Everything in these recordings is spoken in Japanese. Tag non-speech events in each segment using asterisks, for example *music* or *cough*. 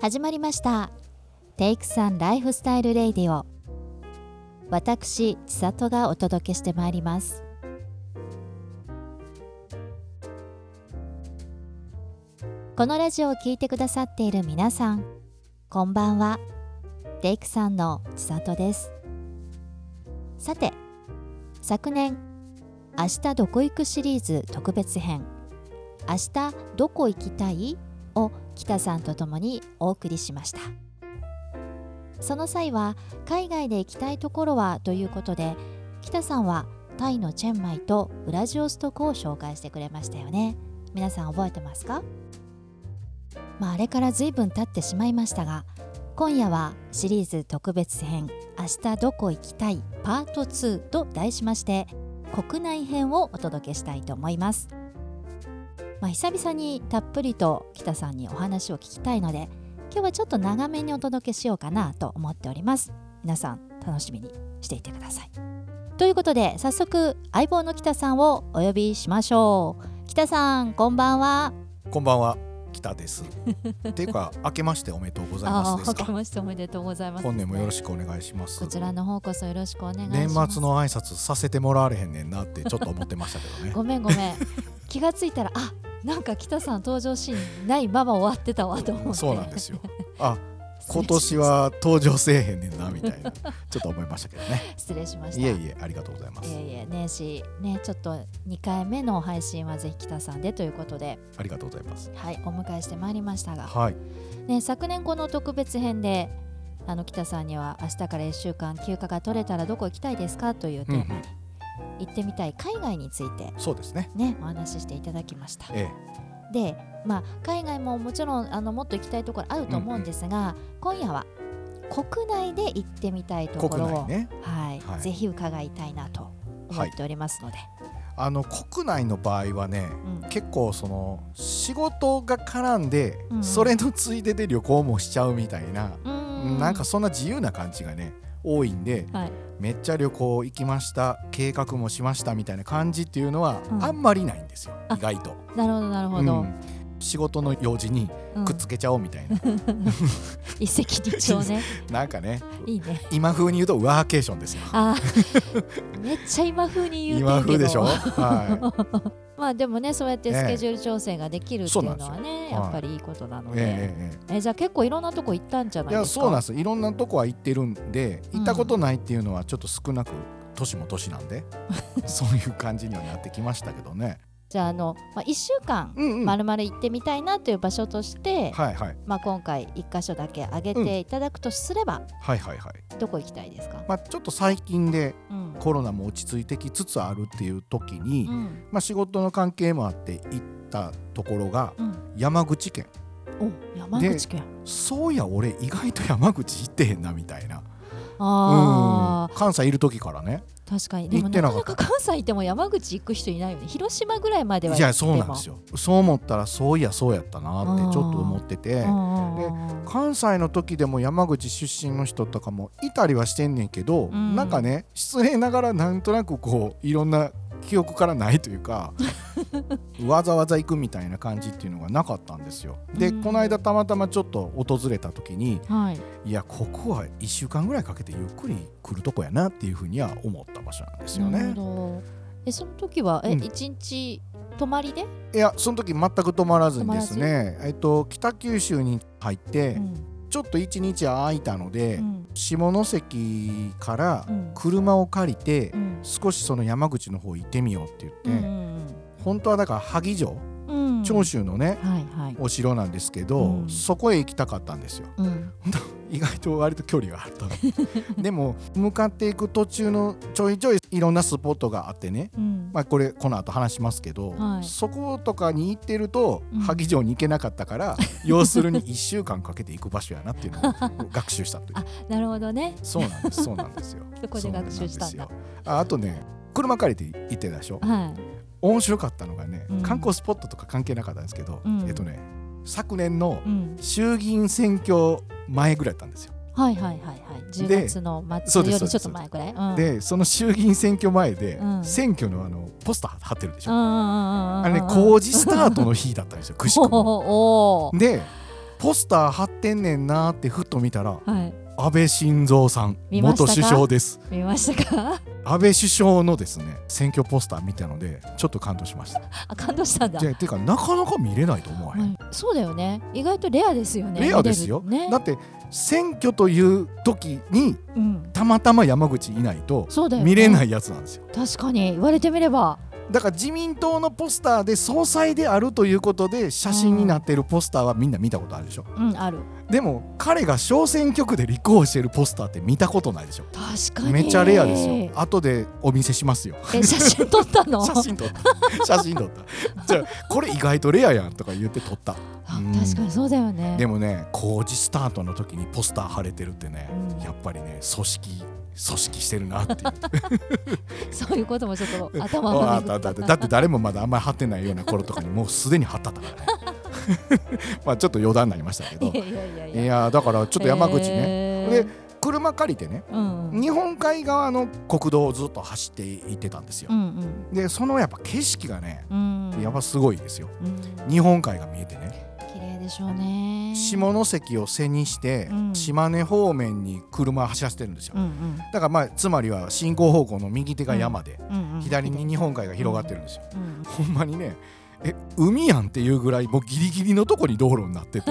始まりましたテイクさんライフスタイルレイディオ私千里がお届けしてまいりますこのラジオを聞いてくださっている皆さんこんばんはテイクさんの千里ですさて昨年「明日どこ行く」シリーズ特別編「明日どこ行きたい?」を北さんと共にお送りしましたその際は海外で行きたいところはということで北さんはタイのチェンマイとウラジオストクを紹介してくれましたよね皆さん覚えてますかまああれから随分経ってしまいましたが今夜はシリーズ特別編「明日どこ行きたい?」パート2と題しまして国内編をお届けしたいと思いますまあ、久々にたっぷりと北さんにお話を聞きたいので今日はちょっと長めにお届けしようかなと思っております皆さん楽しみにしていてくださいということで早速相棒の北さんをお呼びしましょう北さんこんばんはこんばんは、北です。 *laughs* っていうか、明けましておめでとうございますですあー明けか。ましておめでとうございます本年もよろしくお願いします。こちらの方こそよろしくお願いし年ます末の挨拶させてもらわれへんねんなってちょっと思ってましたけど *laughs* ね。ごめんごめん気がついたらあなんか北さん登場シーンないまま終わってたわと思ってそうなんですよ *laughs* よ。あ、今年は登場せえへんねんなみた *laughs* いな、ちょっと思いましたけどね。失礼しましたいえいえ、ありがとうございますい。やいや年始ねちょっと2回目の配信はぜひ北さんでということで、ありがとうございます。はい、お迎えしてまいりましたが、はい、ね、昨年この特別編であの北さんには明日から1週間休暇が取れたらどこ行きたいですかというテうんうーマんに、行ってみたい海外について、そうですね。ね、お話ししていただきました。えで、まあ、海外ももちろんあのもっと行きたいところあると思うんですが、今夜は国内で行ってみたいえ、とこ国ろを、内ね。はいはいぜひ伺いたいなと思っておりますので。あの国内の場合はね。うん結構その仕事が絡んで、うんそれのついでで旅行もしちゃうみたいな、うんなんかそんな自由な感じがね多いんで、はいめっちゃ旅行行きました計画もしましたみたいな感じっていうのはうんあんまりないんですよ、あ意外と、なるほどなるほうど、ん仕事の用事にうんくっつけちゃおうみたい *laughs* な、一石二鳥 *laughs* ねなんかねいいね今風に言うとワーケーションですよあー *laughs* めっちゃ今風に言うてるけど今風でしょ、はまあでもねそうやってええスケジュール調整ができるっていうのそうはなんね、よやっぱりいいことな *laughs* のい、で、えええええじゃあ結構いろんなとこ行ったんじゃないいやですかそうなんですいろんなとこは行ってるんでうん行ったことないっていうのはちょっと少なく年も年なんで *laughs* そういう感じにはなってきましたけどね。じゃああの、まあ、1週間うんうん、まはいるまる行ってみたいなという場所として、はいはいまあ、今回1箇所だけ挙げていただくとすれば、はいはい。どこ行きたいですか、まあ、ちょっと最近でうんコロナも落ち着いてきつつあるっていう時に、うんまあ、仕事の関係もあって行ったところがうん、山口県お山口県そういや俺意外と山口行ってへんなみたいなああ、うん関西いる時からね確かにでも行っなてなかかなったか関西行っても山口行く人いないよね広島ぐらいまでは行いやそうなんですよよそう思ったらそういやそうやったなってちょっと思ってて。関西の時でも山口出身の人とかもいたりはしてんねんけど、うんなんかね失礼ながらなんとなくこういろんな記憶からないとい *laughs* うかわざわざ行くみたいな感じっていうのがなかったんですよ。で、うんこの間たまたまちょっと訪れた時にはいいやここは1週間ぐらいかけてゆっくり来るとこやなっていうふうには思った場所なんですよなるね。ほどえその時はえうん一、日泊まりで、いやその時全く泊まらずにですね、えっと、北九州に入って、うんちょっと1日空いたので。うん下関からうん車を借りてうん少しその山口の方行ってみようってう言って、ん本当はだから萩城うんうん長州のね、はいはい、お城なんですけど、うんそこへ行きたかったんですようん、意外と割と距離があったの *laughs* でも向かっていく途中のちょいちょいいろんなスポットがあってねうんまあこれこの後話しますけど、はいそことかに行ってると、うん萩城に行けなかったから要するに1週間かけて行く場所やなっていうのを学習したというあなるほどねそうなんです。そうなんですよ *laughs* 。そこで学習したんだそうなんですよああとね、車借りて行ってたでしょ。は面白かったのがね、うん観光スポットとか関係なかったんですけど、うんえっとね、昨年のい、うん、衆議院選挙前ぐらいだったんですよ。はいはいはいはい10で月のそ末うでよすりちそょうでっと前すくらい、うん、で、その衆議院選挙前で、うん選挙のあのポスター貼ってるでしうんょ。うんうんうんうん *laughs* あれね、工事スタートの日だったんですよ。くしくも。おーおーで、ポスター貼ってんねんなーってふっと見たらはい安倍晋三さん見ました元か首相です見ましたか *laughs* 安倍首相のですね選挙ポスター見たのでちょっと感動しましたあ感動したんだじゃあていうかなかなか見れないと思わへん、はいそうだよね意外とレアですよねレアですよ、見れるねだって選挙という時にうんたまたま山口いないとそうだよね見れないやつなんですよ確かに言われてみればだから自民党のポスターで総裁であるということで写真になってるポスターはみんな見たことあるでしょうんあるでも彼が小選挙区で立候補してるポスターって見たことないでしょ確かにめっちゃレアですよ後でお見せしますよえ写真撮ったの *laughs* 写真撮った写真 *laughs* 撮ったじゃあこれ意外とレアやんとか言って撮ったあうん確かにそうだよねでもね工事スタートの時にポスター貼れてるってね、うんやっぱりね組織組織してるなっていうそういうこともちょっと *laughs* 頭あが *laughs* あったあったあっただって誰もまだあんまり貼ってないような頃とかにもうすでに貼ったったからね *laughs* まあちょっと余談になりましたけどいやいやいやいいややーだからちょっと山口ね、へーで車借りてねうんうん日本海側の国道をずっと走っていってたんですよ、うんでそのやっぱ景色がねうんうんやっぱすごいですようん日本海が見えてね綺麗でしょうね下関を背にしてうん島根方面に車を走らせてるんですよ、うんうんだからまあつまりは進行方向の右手が山で、うんうん左に日本海が広がってるんですよ、うんほんまにねえ海やんっていうぐらいもうギリギリのとこに道路に *laughs* なってて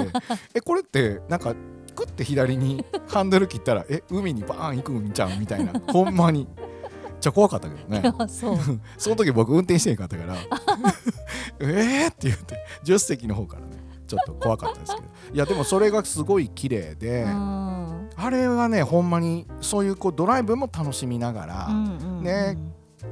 えこれってなんかクって左にハンドル切ったらえ海にバーン行くんちゃうみたいなほんまにめっちゃ怖かったけどねあ *laughs* *laughs* そうその時僕運転してへんかったから「えー!」って言って助手席の方からねちょっと怖かったですけどいやでもそれがすごい綺麗で、うんあれはねほんまにそういうこうドライブも楽しみながうら、んうんうんね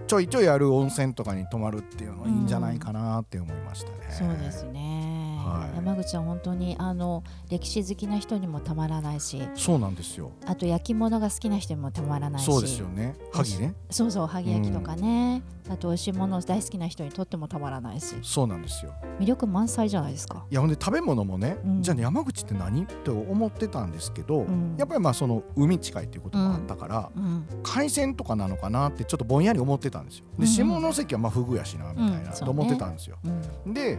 ちょいちょいある温泉とかに泊まるっていうのはいいんじゃないかなって思いましたね。そうですねはい山口は本当にあの歴史好きな人にもたまらないしそうなんですよ。あと焼き物が好きな人にもたまらないしそうですよね。萩ね。そうそう萩焼きとかね、あと美味しいもの大好きな人にとってもたまらないしそうなんですよ。魅力満載じゃないですかいやほんで食べ物もね、うんじゃあ山口って何って思ってたんですけうど、んやっぱりまあその海近いっていうこともあったから、うん海鮮とかなのかなってちょっとぼんやり思ってたんですよ。うんうんで下関はまあフグやしなみたいな、うんそうねと思ってたんですよ。うんで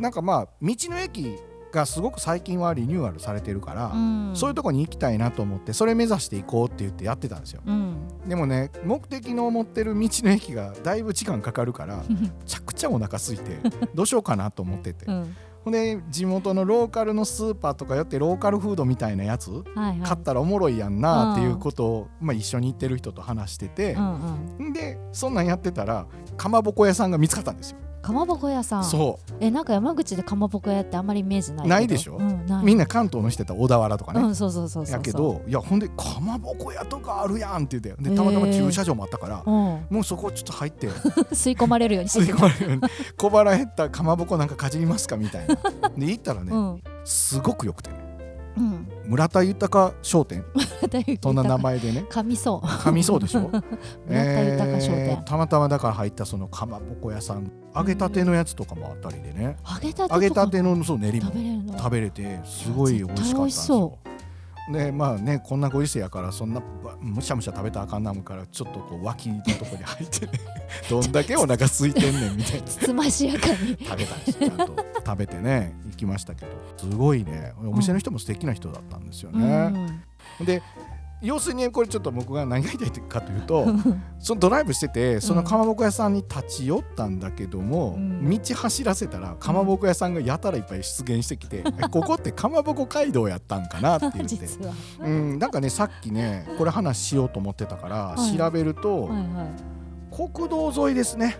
なんかまあ道の駅がすごく最近はリニューアルされてるから、うんそういうとこに行きたいなと思ってそれ目指していこうって言ってやってたんですよ。うんでもね目的の思ってる道の駅がだいぶ時間かか *laughs* るからめちゃくちゃお腹空いてどうしようかなと思っててう。んほんで地元のローカルのスーパーとか寄ってローカルフードみたいなやつはいはい買ったらおもろいやんなっていうことを、まあ、一緒に行ってる人と話してて。うんうんでそんなんやってたらかまぼこ屋さんが見つかったんですよ。かまぼこ屋さんそえなんか山口でかまぼこ屋ってあんまりイメージないけどないでしょうん、なういみんな関東の人やったら小田原とかね、うんそうそうそうそうそうやけどいやほんでかまぼこ屋とかあるやんって言ってでたまたま駐車場もあったから、うんもうそこちょっと入って吸い込まれるように吸い込まれるように *laughs* 小腹減ったかまぼこなんかかじりますかみたいな。 *laughs* で行ったらね、うんすごくよくてねうん *laughs* 村田豊商店そんな名前でね噛みそう噛みそうでしょ *laughs* 村田豊商店えーたまたまだから入ったそのかまぼこ屋さん揚げたてのやつとかもあったりでね、揚げたてとか揚げたてのそう練り物食べれるの食べれてすごい美味しかったんですよ絶。ねまあねこんなご時世やからそんなばむしゃむしゃ食べたらあかんなむからちょっとこう脇のとこに入 *laughs* ってねどんだけお腹空いてんねんみたいなつつましやか *laughs* に食べたんですちゃんと食べてね行きました *laughs* けどすごいねお店の人も素敵な人だったんですようね。んで要するにこれちょっと僕が何が言いたいかという *laughs* とそのドライブしててそのかまぼこ屋さんに立ち寄ったんだけども、うん道走らせたらかまぼこ屋さんがやたらいっぱい出現してきて、えここってかまぼこ街道やったんかなって言っ *laughs* て、実はうん、なんかねさっきねこれ話しようと思ってたから、はい調べると、はいはい国道沿いですね、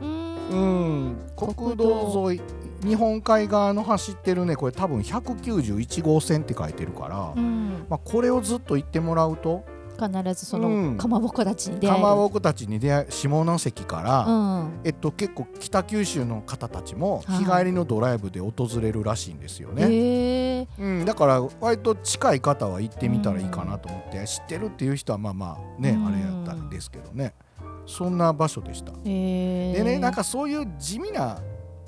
ううんん、国道沿い日本海側の走ってるねこれ多分191号線って書いてるから、うんまあ、これをずっと行ってもらうと必ずそうんのかまぼこたちに出会かえるまぼこたちに出会い下関から、うんえっと、結構北九州の方たちもはい日帰りのドライブで訪れるらしいんですよね、へえうん、だから割と近い方は行ってみたらいいかなと思って、知ってるっていう人はまあまあね、うんあれやったんですけどねそんな場所でした、へえでねなんかそういう地味な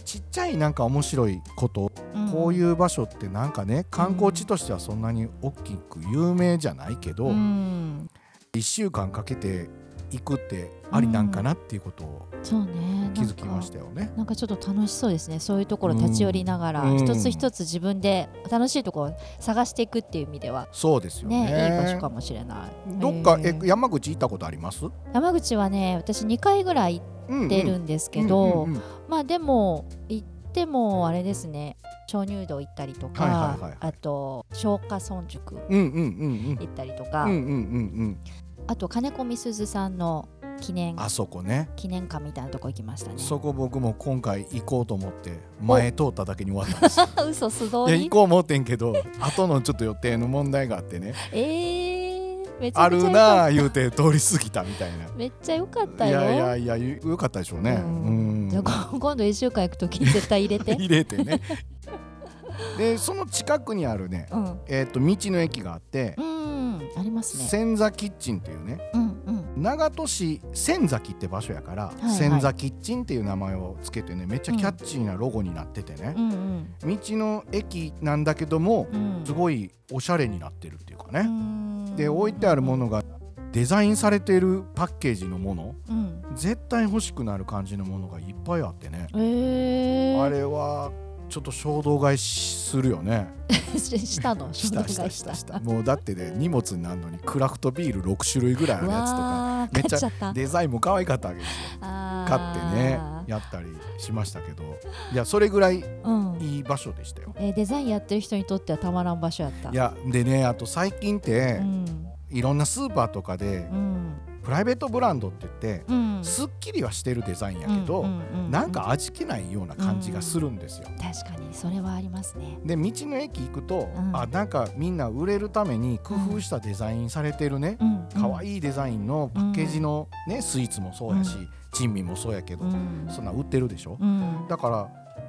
ちっちゃいなんか面白いこと、こういうう場所ってなんかね観光地としてはそんなに大きく有名じゃないけど、ん1週間かけて行行くってありなんかなっていうことをそうね気づきましたたよね。なんかちょっと楽しそうですねそういうところ立ち寄りながら、うん一つ一つ自分で楽しいところを探していくっていう意味ではそうですよねね。いい場所かもしれないどっか、ええー山口行ったことあります？山口はね私2回ぐらい行うんってるんですけど、うんうんうんまあでも行ってもあれですね鍾乳洞行ったりとか、はいはいはいはいあと松下村塾うんうん行ったりとか、うんうんうんうんうんあと金子みすずさんの記念あそこね。記念館みたいなとこ行きましたね。そこ僕も今回行こうと思って前通っただけに終わったんです。あ *laughs* 嘘素通いやり行こう思ってんけど後のちょっと予定の問題があっ *laughs* てねえー、めちあゃくちゃる良かなあ言うて通り過ぎたみたいな。めっちゃ良かったいよ。やいやいやよよかったでしょうね。うんうんじゃあこ今度1週間行くときに絶対入れ *laughs* て。入れてね。でその近くにあるね、うん、えー、と道の駅があってうん、ありますね。千座キッチンっていうねうんうん。長門市千崎って場所やから、いはい千座キッチンっていう名前をつけてねめっちゃキャッチーなロゴになっててねう、んうん道の駅なんだけどもうん。すごいおしゃれになってるっていうかね、ねで置いてあるものがデザインされてるパッケージのものうん。絶対欲しくなる感じのものがいっぱいあってね、えー、あれはちょっと衝動買いするよねししたの *laughs* し衝動た買いしたしたしたもうだってね荷物になるのにクラフトビール6種類ぐらいあるやつとかわーめっち買ゃっちゃったデザインも可愛かったわけですよ買ってねあーやったりしましたけどいやそれぐらいうんいい場所でしたよ。えーデザインやってる人にとってはたまらん場所やったいやでねあと最近ってう、んいろんなスーパーとかでうんプライベートブランドって言って、うんすっきりはしてるデザインやけど、うんううなんか味気ないような感じがするんですよ。確かにそれはありますねで道の駅行くと、うんあなんかみんな売れるために工夫したデザインされてるね、うん可愛いデザインのパッケージの、ねスイーツもそうやし、うん珍味もそうやけど、うんそんなん売ってるでしょ、うんだから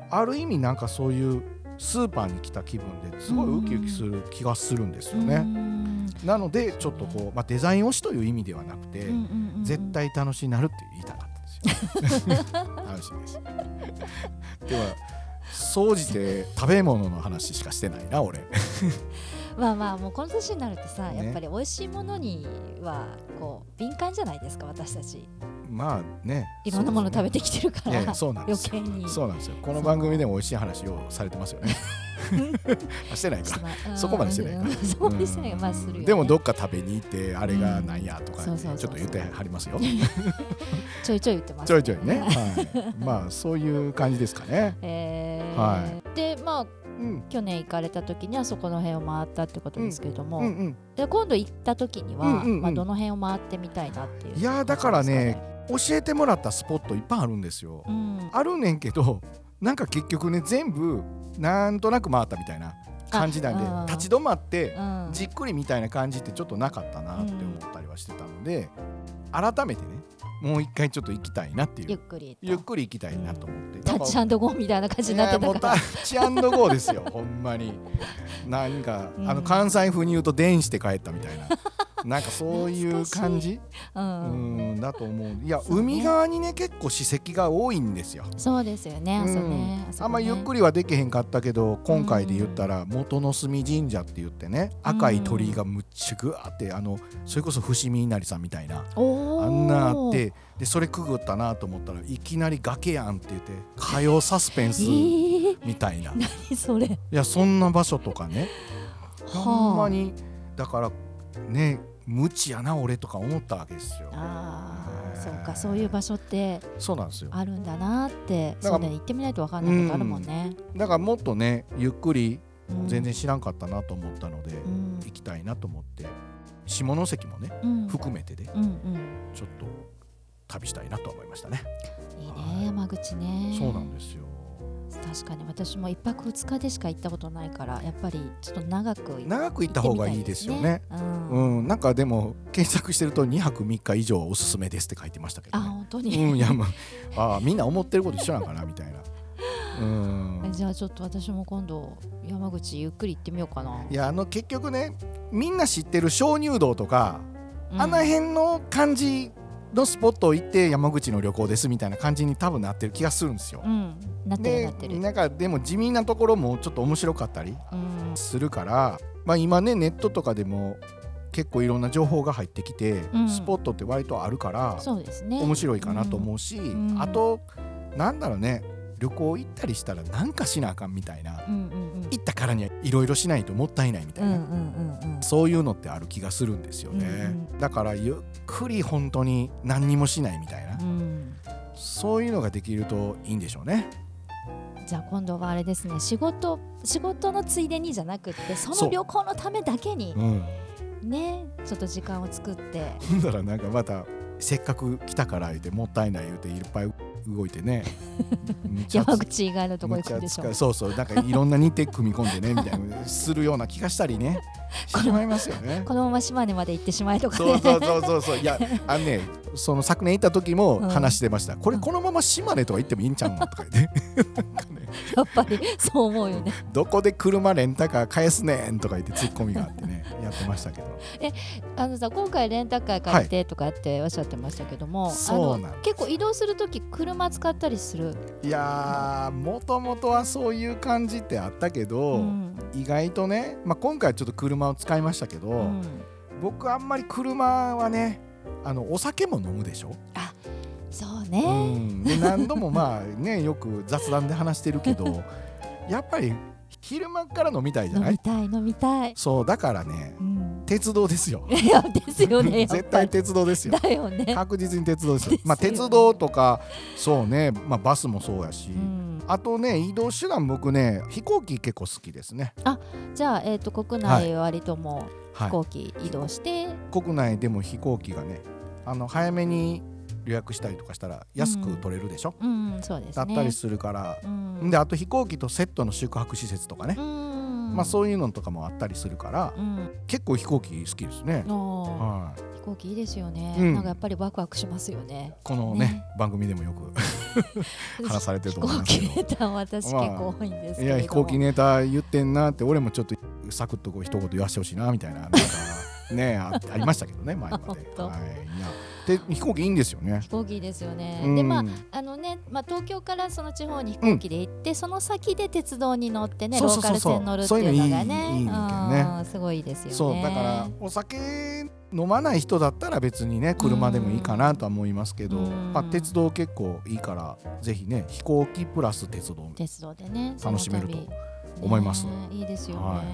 ある意味なんかそういうスーパーに来た気分ですごいウキウキする気がするんですようね。んなのでちょっとこう、まあ、デザイン推しという意味ではなくて、うんうんうん絶対楽しいなるって言いたかった *laughs* んですよ。楽しいです。では総じて食べ物の話しかしてないな俺。まあまあもうこの年になるとさ、ねやっぱり美味しいものにはこう敏感じゃないですか私たちまあねいろんなもの食べてきてるかいら、やいやそうなんですよ余計にそうなんですよこの番組でも美味しい話をされてますよ *laughs* ねあしてないしてか *laughs* まうんそこまでしてないかうんそこまでしてないかまあするよ、ね、でもどっか食べに行ってあれがなんやとかうんねちそょうそうそうっそうと言っては *laughs* りますよちょいちょい言ってますちょいちょい *laughs* ね、はい、まあそういう感じですかねえーはでまあうん去年行かれた時にはそこの辺を回ったってことですけれども、うんうんで今度行った時には、うんうんうんまあ、どの辺を回ってみたいなっていう感じですね、いやーだからね教えてもらったスポットいっぱいあるんですよ、うん、あるねんけどなんか結局ね全部なんとなく回ったみたいな感じなあうんんで立ち止まってうんじっくりみたいな感じってちょっとなかったなって思ったりはしてたので改めてねもう一回ちょっと行きたいなっていゆっうくりとゆっくり行きたいなと思ってタッチゴーみたいな感じになっていやもたうからタッチゴーですよほんまになんか、うんあの関西風に言うと電して帰ったみた *laughs* いななんかそういう感じうんうんだと思ういやそうね海側にね結構史跡が多いんですよそうですよね、あそこねうん、あんまゆっりくりはできへんかったけど今回で言ったら元の隅神社って言ってね赤い鳥居がむっちゃぐわってあのそれこそ伏見稲荷さんみたいなおーあんなあってでそれくぐったなと思ったらいきなり崖やんって言って火曜サスペンえスー、 *laughs* みたいない何それやそんな場所とかねほんまにだからね無知やな俺とか思ったわけですよあえあーそうかそういう場所ってそうなんですよあるんだなってだからそうね行ってみないと分かんないことあるもんね、だからもっとねゆっくりうん全然知らんかったなと思ったので、うん行きたいなと思って下関もねうん含めてでうんうんちょっと旅したいなと思いましたね、いいはいね山口ねそうなんですよ確かに私も一泊二日でしか行ったことないからやっぱりちょっと長く行っ長く行った方がいいですよてねみたいですねううんん、なんかでも検索してると2泊3日以上はおすすめですって書いてましたけど、あね、本当うに、んいやまああーみんな思ってること一緒なんかなみたいなうんえじゃあちょっと私も今度山口ゆっくり行ってみようかないやあの結局ねみんな知ってる鍾乳洞とか、うんあの辺の感じのスポット行って山口の旅行ですみたいな感じに多分なってる気がするんですよう。んなってるでなってる、なんかでも地味なところもちょっと面白かったりうんするから、まあ、今ねネットとかでも結構いろんな情報が入ってきて、うんスポットって割とあるからそうですね面白いかなと思うし、んうんあとなんだろうね旅行行ったりしたらなんかしなあかんみたいな、うんうんうん行ったからにはいろいろしないともったいないみたういんな、うんうんうんそういうのってある気がするんですよね、うんだからゆっくり本当に何にもしないみたいな、うんそういうのができるといいんでしょうねじゃあ今度はあれですね仕事仕事のついでにじゃなくってそそのう旅行のためだけにうんねちょっと時間を作ってほんだらなんかまたせっかく来たから言うてもったいない言うていっぱい動い *laughs* てねむちゃ山つ口以外のところ行くんでしょむちゃうつかそうそうなんかいろんな日程組み込んでねみたいなするような気がしたり *laughs* ねしてしまいますよね。このまま島根まで行ってしまえとかそうねそうそうそうそういやあのねその昨年行った時もうん話してました、これうんこのまま島根とか行ってもいいんちゃうのとか言って *laughs* なんかねやっぱりそう思うよねどこで車レンタカー返すねんとか言ってツッコミがあってねやってましたけどあのさ今回レンタカー借りてとかっておっしゃってましたけども、そうあなんのです結構移動する時車使ったりする、いやーもともとはそういう感じってあったけど、うん意外とね、まあ、今回ちょっと車を使いましたけど、うん僕あんまり車はねあのお酒も飲むでしょ、そうね、うん、で何度もまあねよく雑談で話してる *laughs* けどやっぱり昼間から飲みたいじゃ飲なみいたい飲みたい、そうだからねうん、鉄道ですよいやですよねやっ絶ぱ対り鉄道ですよだよね、確実に鉄道ですよですよねまあ鉄道とかそうね、まあ、バスもそうやし、うん、あとね移動手段僕ね飛行機結構好きですね、じゃあ、えー、と国内割ともは飛行機移動して、い、国内でも飛行機がねあの早めに予約したりとかしたら安く取れるでしょ、うんそうですだねったりするから、うんであと飛行機とセットの宿泊施設とかねう、んまあそういうのとかもあったりするから、うん、結構飛行機好きですね、おーはい飛行機いいですよね、うんなんかやっぱりワクワクしますよねこのねね番組でもよく話されてると思いますけ飛ど行機ネタは私結まあ構多いんですけいれども、や飛行機ネタ言ってんなって俺もちょっとサクッとこう一言言わせてほしいなみたいななんかねあありましたけどね *laughs* 前まで本。当はい、いやで飛行機いいんですよね。飛行機ですよね、うんでまああのね、まあ、東京からその地方に飛行機で行って、その先で鉄道に乗ってねそロうそうーカそうルそう線乗るっていうのがねそういうのいいいいんだけどねうんすごいいいですよねそうだからお酒飲まない人だったら別にね車でもいいかなとは思いますけど、うんまあ、鉄道結構いいからぜひね飛行機プラス鉄道鉄道でね楽しめるとその旅思いますねいいですよね、はい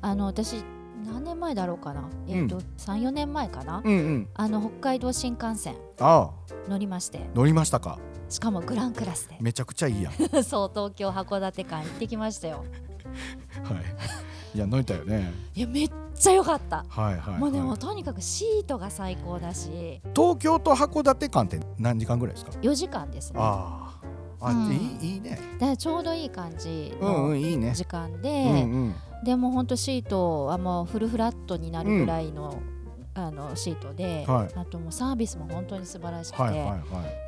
あの私何年前だろうかな、えっと34年前かな、うんうんあの北海道新幹線ああ乗りまして乗りましたかしかもグランクラスめちゃくちゃ *laughs* いいやん、はい、 *laughs* でそう東京函館間行ってきましたよいや乗りたいよねいやめっちゃ良かったはいはい、はい、もうでもとにかくシートが最高だし東京と函館間って何時間ぐらいですか4時間ですねだかああ、あ、うんいいいいね。らちょうどいい感じうんうんのいいね。時間うで、んうん。でもほんとシートはもうフルフラットになるぐらいの,、あのシートで、はいあともうサービスも本当に素晴らしくて、はいはいはい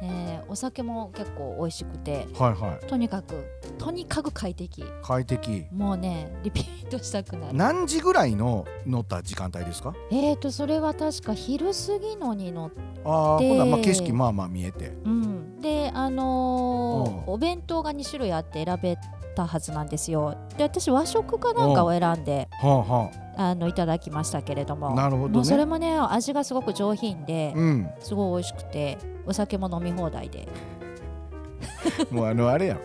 えーお酒も結構美味しくてはいはい。とにかくとにかく快適快適。もうねリピートしたくなる何時ぐらいの乗った時間帯ですか？えーとそれは確か昼過ぎのに乗っああ、でほらまあ景色まあまあ見えて。うん、であのーうんお弁当が2種類あって選べたはずなんですよで私和食かなんかを選んで、はあはあのいただきましたけれどもあ。なるほもどうそれね。もね味がすごく上品で、うん。すごい美味しくてお酒も飲み放題で *laughs* もうあのあれやろ。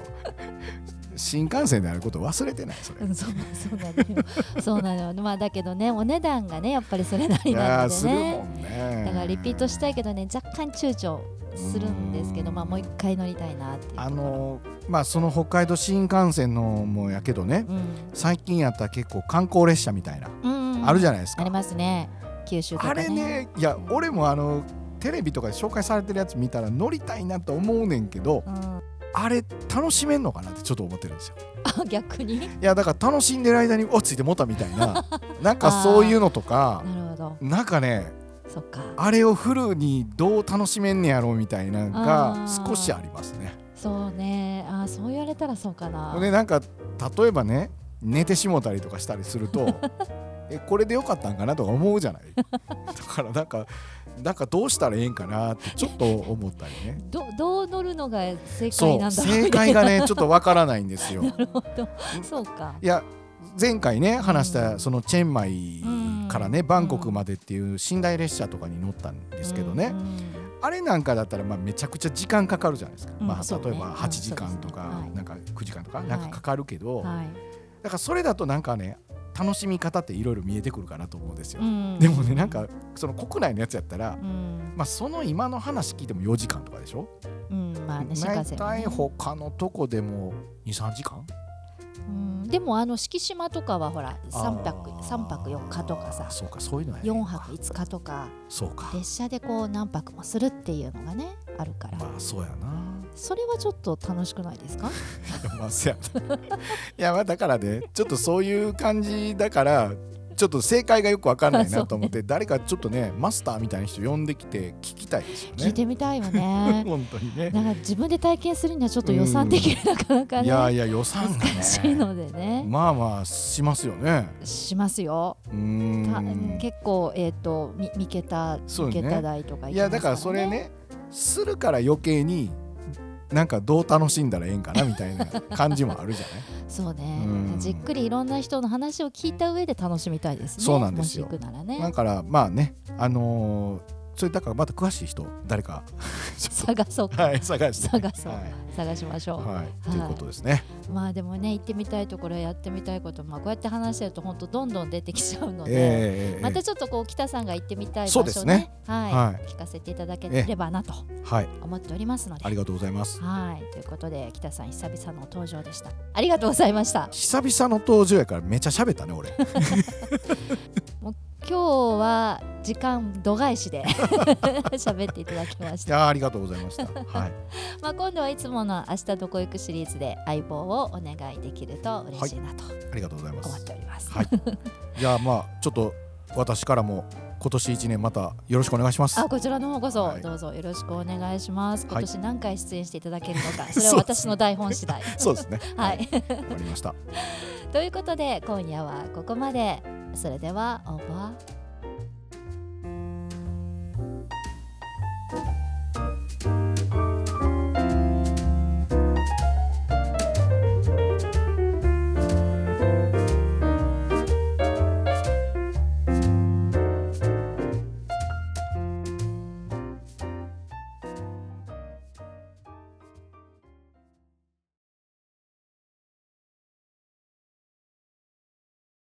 *laughs* 新幹線であること忘れてないそれ。うんそうそう *laughs* なのよそうなのよまあだけどねお値段がねやっぱりそれなりいやなーのでするもねんね。だからリピートしたいけどね若干躊躇するんですけどうんまあもう一回乗りたいなっていうあのーまあその北海道新幹線のもやけどね。うん最近やったら結構観光列車みたいな、うんうんあるじゃないですあかり。ますね九州とかあれねいや俺もあのテレビとかで紹介されてるやつ見たら乗りたいなと思うねんけどうんあれ楽しめんのかなってちょっと思ってるんですよあ *laughs* 逆にいやだから楽しんでる間におついてもたみたい *laughs* ななんかそういうのとかなるほどなんかねそっかあれをフルにどう楽しめんねやろうみたいなのがあー少しありますね。そうねあそう言われたらそうかな、でなんか例えばね寝てしもたりとかしたりする *laughs* とえこれでよかったんかなとか思うじゃない *laughs* だからなんかなんかどうしたらええんかなってちょっと思ったりね。どどう乗るのが正そ解うなんだろう正解がねちょっとわからないんですよ。なるほどそうかいや前回ね話したそのチェンマイからね、うんバンコクまでっていう寝台列車とかに乗ったんですけどね、うんあれなんかだったらまあめちゃくちゃ時間かかるじゃないですか、うんまあ、そうね例えば8時間とうんそうかですねなんか9時間とかはいなんかかかるけど、うんはいだからそれだとなんかね楽しみ方っていろいろ見えてくるかなと思うんですよ、うんでもねなんかその国内のやつやったら、うんまあ、その今の話聞いても4時間とかでしょ、うんまあね新大幹線はね体他のとこでも23時間うんでもあの敷島とかはほら3泊あー3泊4日とかさそうかそういうのやね4泊5日とかそうか列車でこう何泊もするっていうのがねあるからまあそうやな *laughs* それはちょっと楽しくないですかいやまあそうやないやまあだからねちょっとそういう感じだからちょっと正解がよくわかんない *laughs* なと思って、誰かちょっとねマスターみたいな人呼んできて聞きたいですよね聞いてみたいよね *laughs* 本当にねなんか自分で体験するにはちょっと予算的になかなかいやねいや予算がね難しいのでねまあまあしますよねしますようーたん結構えっとみ三桁そう三ね桁台とか行きますらねいやだからそれねするから余計になんかどう楽しんだらええんかなみたいな感じもあるじゃないそうねうんじっくりいろんな人の話を聞いた上で楽しみたいですねそうなんですよもし行くならだねからまあねあのーそれだからまた詳しい人誰かちょっ探そうとか *laughs* はい探して探そうはい探しましょうはい、ということですね。まあでもね行ってみたいところやってみたいこと、まあ、こうやって話してると本当どんどん出てきちゃうので、ええまたちょっとこう北さんが行ってみたい場所そうねですねはいは聞かせていただければなとはい、思っておりますので。ありがとうございます。はいということで北さん久々の登場でしたありがとうございました久々の登場やからめっちゃ喋った *laughs* ね俺今日は時間度外視で *laughs* 喋っていただきましいたやありがとうございましたはいまあ今度はいつもの明日どこ行くシリーズで相棒をお願いできると嬉しいなとありがとうございま *laughs* 思っすております、はいじゃあまあちょっと私からも今年一年またよろしくお願いしますあこちらの方こそ、はいどうぞよろしくお願いしますはい今年何回出演していただけるの *laughs* か、それは私の台本次第そうですねはい *laughs* わかりましたということで今夜はここまでそれではオーバー